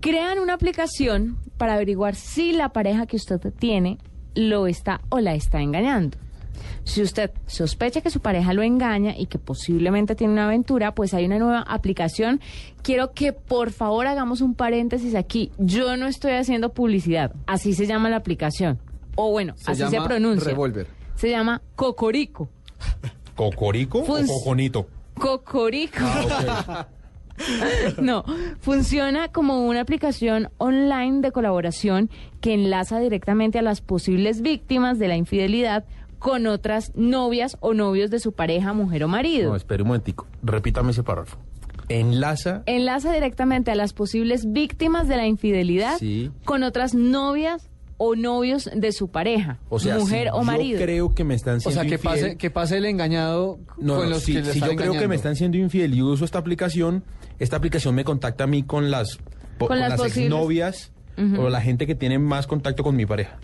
crean una aplicación para averiguar si la pareja que usted tiene lo está o la está engañando. Si usted sospecha que su pareja lo engaña y que posiblemente tiene una aventura, pues hay una nueva aplicación. Quiero que por favor hagamos un paréntesis aquí. Yo no estoy haciendo publicidad. Así se llama la aplicación. O bueno, Se así se llama pronuncia. Revolver. Se llama Cocorico. ¿Cocorico Fun- o coconito? Cocorico. Ah, No, funciona como una aplicación online de colaboración que enlaza directamente a las posibles víctimas de la infidelidad con otras novias o novios de su pareja, mujer o marido. No, espere un momentico. Repítame ese párrafo. Enlaza. Enlaza directamente a las posibles víctimas de la infidelidad Sí. con otras novias o novios de su pareja, O sea, mujer si o marido. yo creo que me están O siendo sea, que infiel- pase, que pase el engañado No, con no, los si, que le si yo están creo que me engañando. están siendo infiel y uso esta aplicación, esta aplicación me contacta a mí con las, po- Con las posibles- exnovias o la gente que tiene más contacto con mi pareja.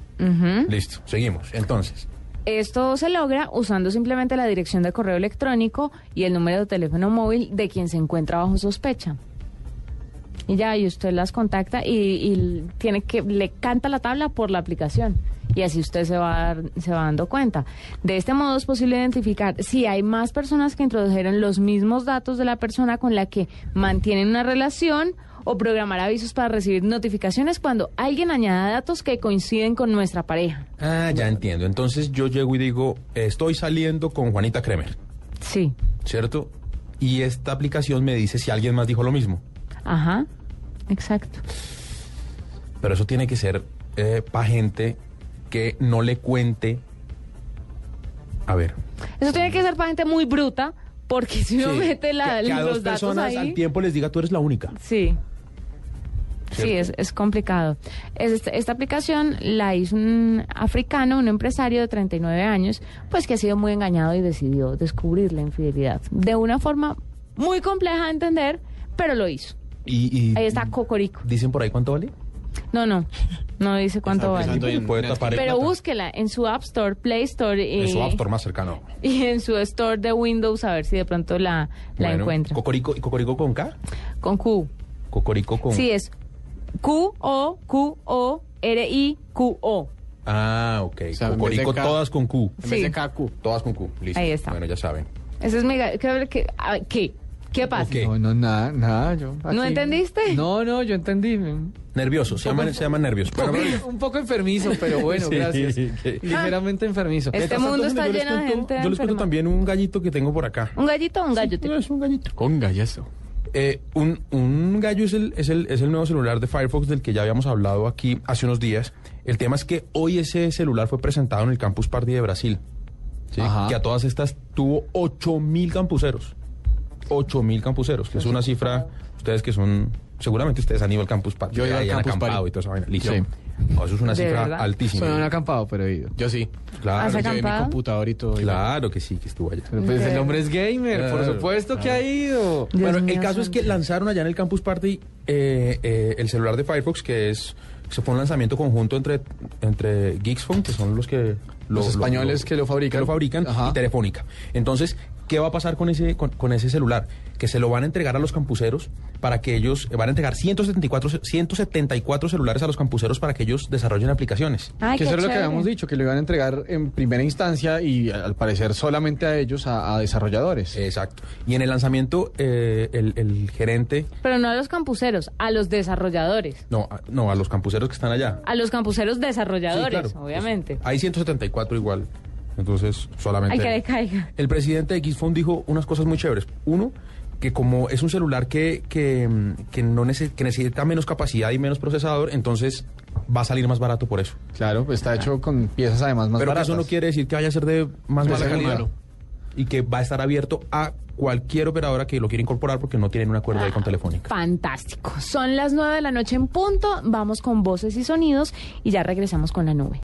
Listo, seguimos. Entonces, Esto se logra usando simplemente la dirección de correo electrónico y el número de teléfono móvil de quien se encuentra bajo sospecha. Y ya, y usted las contacta y, y tiene que le canta la tabla por la aplicación. Y así usted se va, a dar- se va dando cuenta. De este modo es posible identificar si hay más personas que introdujeron los mismos datos de la persona con la que mantienen una relación o programar avisos para recibir notificaciones cuando alguien añada datos que coinciden con nuestra pareja. ah, ya entiendo. Entonces yo llego y digo, estoy saliendo con Juanita Kremer, Sí. ¿cierto? Y esta aplicación me dice si alguien más dijo lo mismo. Ajá, exacto. Pero eso tiene que ser para gente que no le cuente. A ver. Eso tiene que ser para gente muy bruta, porque si uno Sí, mete la- que- que a dos los datos personas ahí... al tiempo les diga tú eres la única. Sí. Sí, es, ¿Cierto? es complicado. Es- Esta, esta aplicación la hizo un africano, un empresario de 39 años, pues que ha sido muy engañado y decidió descubrir la infidelidad. De una forma muy compleja de entender, pero lo hizo. Y, y- Ahí está Cocorico. ¿Dicen por ahí cuánto vale? No, no, no dice cuánto Está vale. pensando en- Puede en tapar el Pero uh, eh, plátano. búsquela en su App Store, Play Store y... En su App Store más cercano. y en su store de Windows a ver si de pronto la, la Bueno, encuentra. Cocorico, ¿y Cocorico con K? Con Q. Cocorico con... Sí, es Q-O-Q-O-R-I-Q-O. Ah, ok. sea, en vez Cocorico de K. todas con Q. En vez Sí. de Kaku. Todas con Q, listo. Ahí está. Bueno, ya saben. Ese es mi... ga- ¿Qué? ¿Qué? a- ¿Qué, ¿Qué pasa? Ok. ¿Qué? No, no, nada, nada. Yo ¿No entendiste? No, no, yo entendí. Un Nerviosos, se llaman, se llaman nervios. Bueno, poco- María, un poco enfermizo, pero bueno, Sí, gracias. que- Ligeramente enfermizo. Este mientras mundo tanto, está yo les lleno de cuento- gente Yo les cuento enferma. también un gallito que tengo por acá. ¿Un gallito o un gallo? pues, No, es un gallito. Con gallazo. Eh, un, un gallo es el, es, el, es el nuevo celular de Firefox del que ya habíamos hablado aquí hace unos días. El tema es que hoy ese celular fue presentado en el Campus Party de Brasil, ¿sí? Ajá. que a todas estas tuvo 8.000 campuseros. 8.000 campuseros, que es una cifra, ustedes que son, seguramente ustedes han ido al Campus Party. Yo he ido ya al hayan Campus acampado Party. y toda esa vaina. Listo. Sí. No, eso es una ¿De cifra verdad? altísima. Soy un acampado, pero he ido. Yo sí. Claro, ¿Has yo- Yo llevé mi acampado? computador y todo. y- claro que sí, que estuvo allá. Pero pues el Claro. hombre es gamer, por Claro, supuesto que ha ido. Dios bueno, mío, el caso es que lanzaron allá en el Campus Party eh, eh, el celular de Firefox, que es se fue un lanzamiento conjunto entre entre Geeks Phone, que son los que Los españoles que lo fabrican. lo fabrican, Ajá. y Telefónica. Entonces, ¿qué va a pasar con ese con, con ese celular? Que se lo van a entregar a los campuseros para que ellos eh, van a entregar 174 174 celulares a los campuseros para que ellos desarrollen aplicaciones. Ay, qué que eso es lo que chévere. habíamos dicho, que lo iban a entregar en primera instancia y al parecer solamente a ellos, a, a desarrolladores. Exacto. Y en el lanzamiento eh, el, el gerente Pero no a los campuseros, a los desarrolladores. no, a- no, a los campuseros que están allá. A los campuseros desarrolladores, Sí, claro. pues, obviamente. Pues, Hay 174 igual. Entonces, solamente. Ay, que le caiga. El presidente de Xfone dijo unas cosas muy chéveres. Uno, que como es un celular que, que, mm, que no nece- que necesita menos capacidad y menos procesador, entonces va a salir más barato por eso. Claro, pues está hecho con piezas además más Pero que baratas. eso no quiere decir que vaya a ser de más De mala ser calidad. malo. Y que va a estar abierto a cualquier operadora que lo quiera incorporar porque no tienen un acuerdo Ah, ahí con Telefónica. Fantástico. Son las 9 de la noche en punto. Vamos con voces y sonidos y ya regresamos con la nube.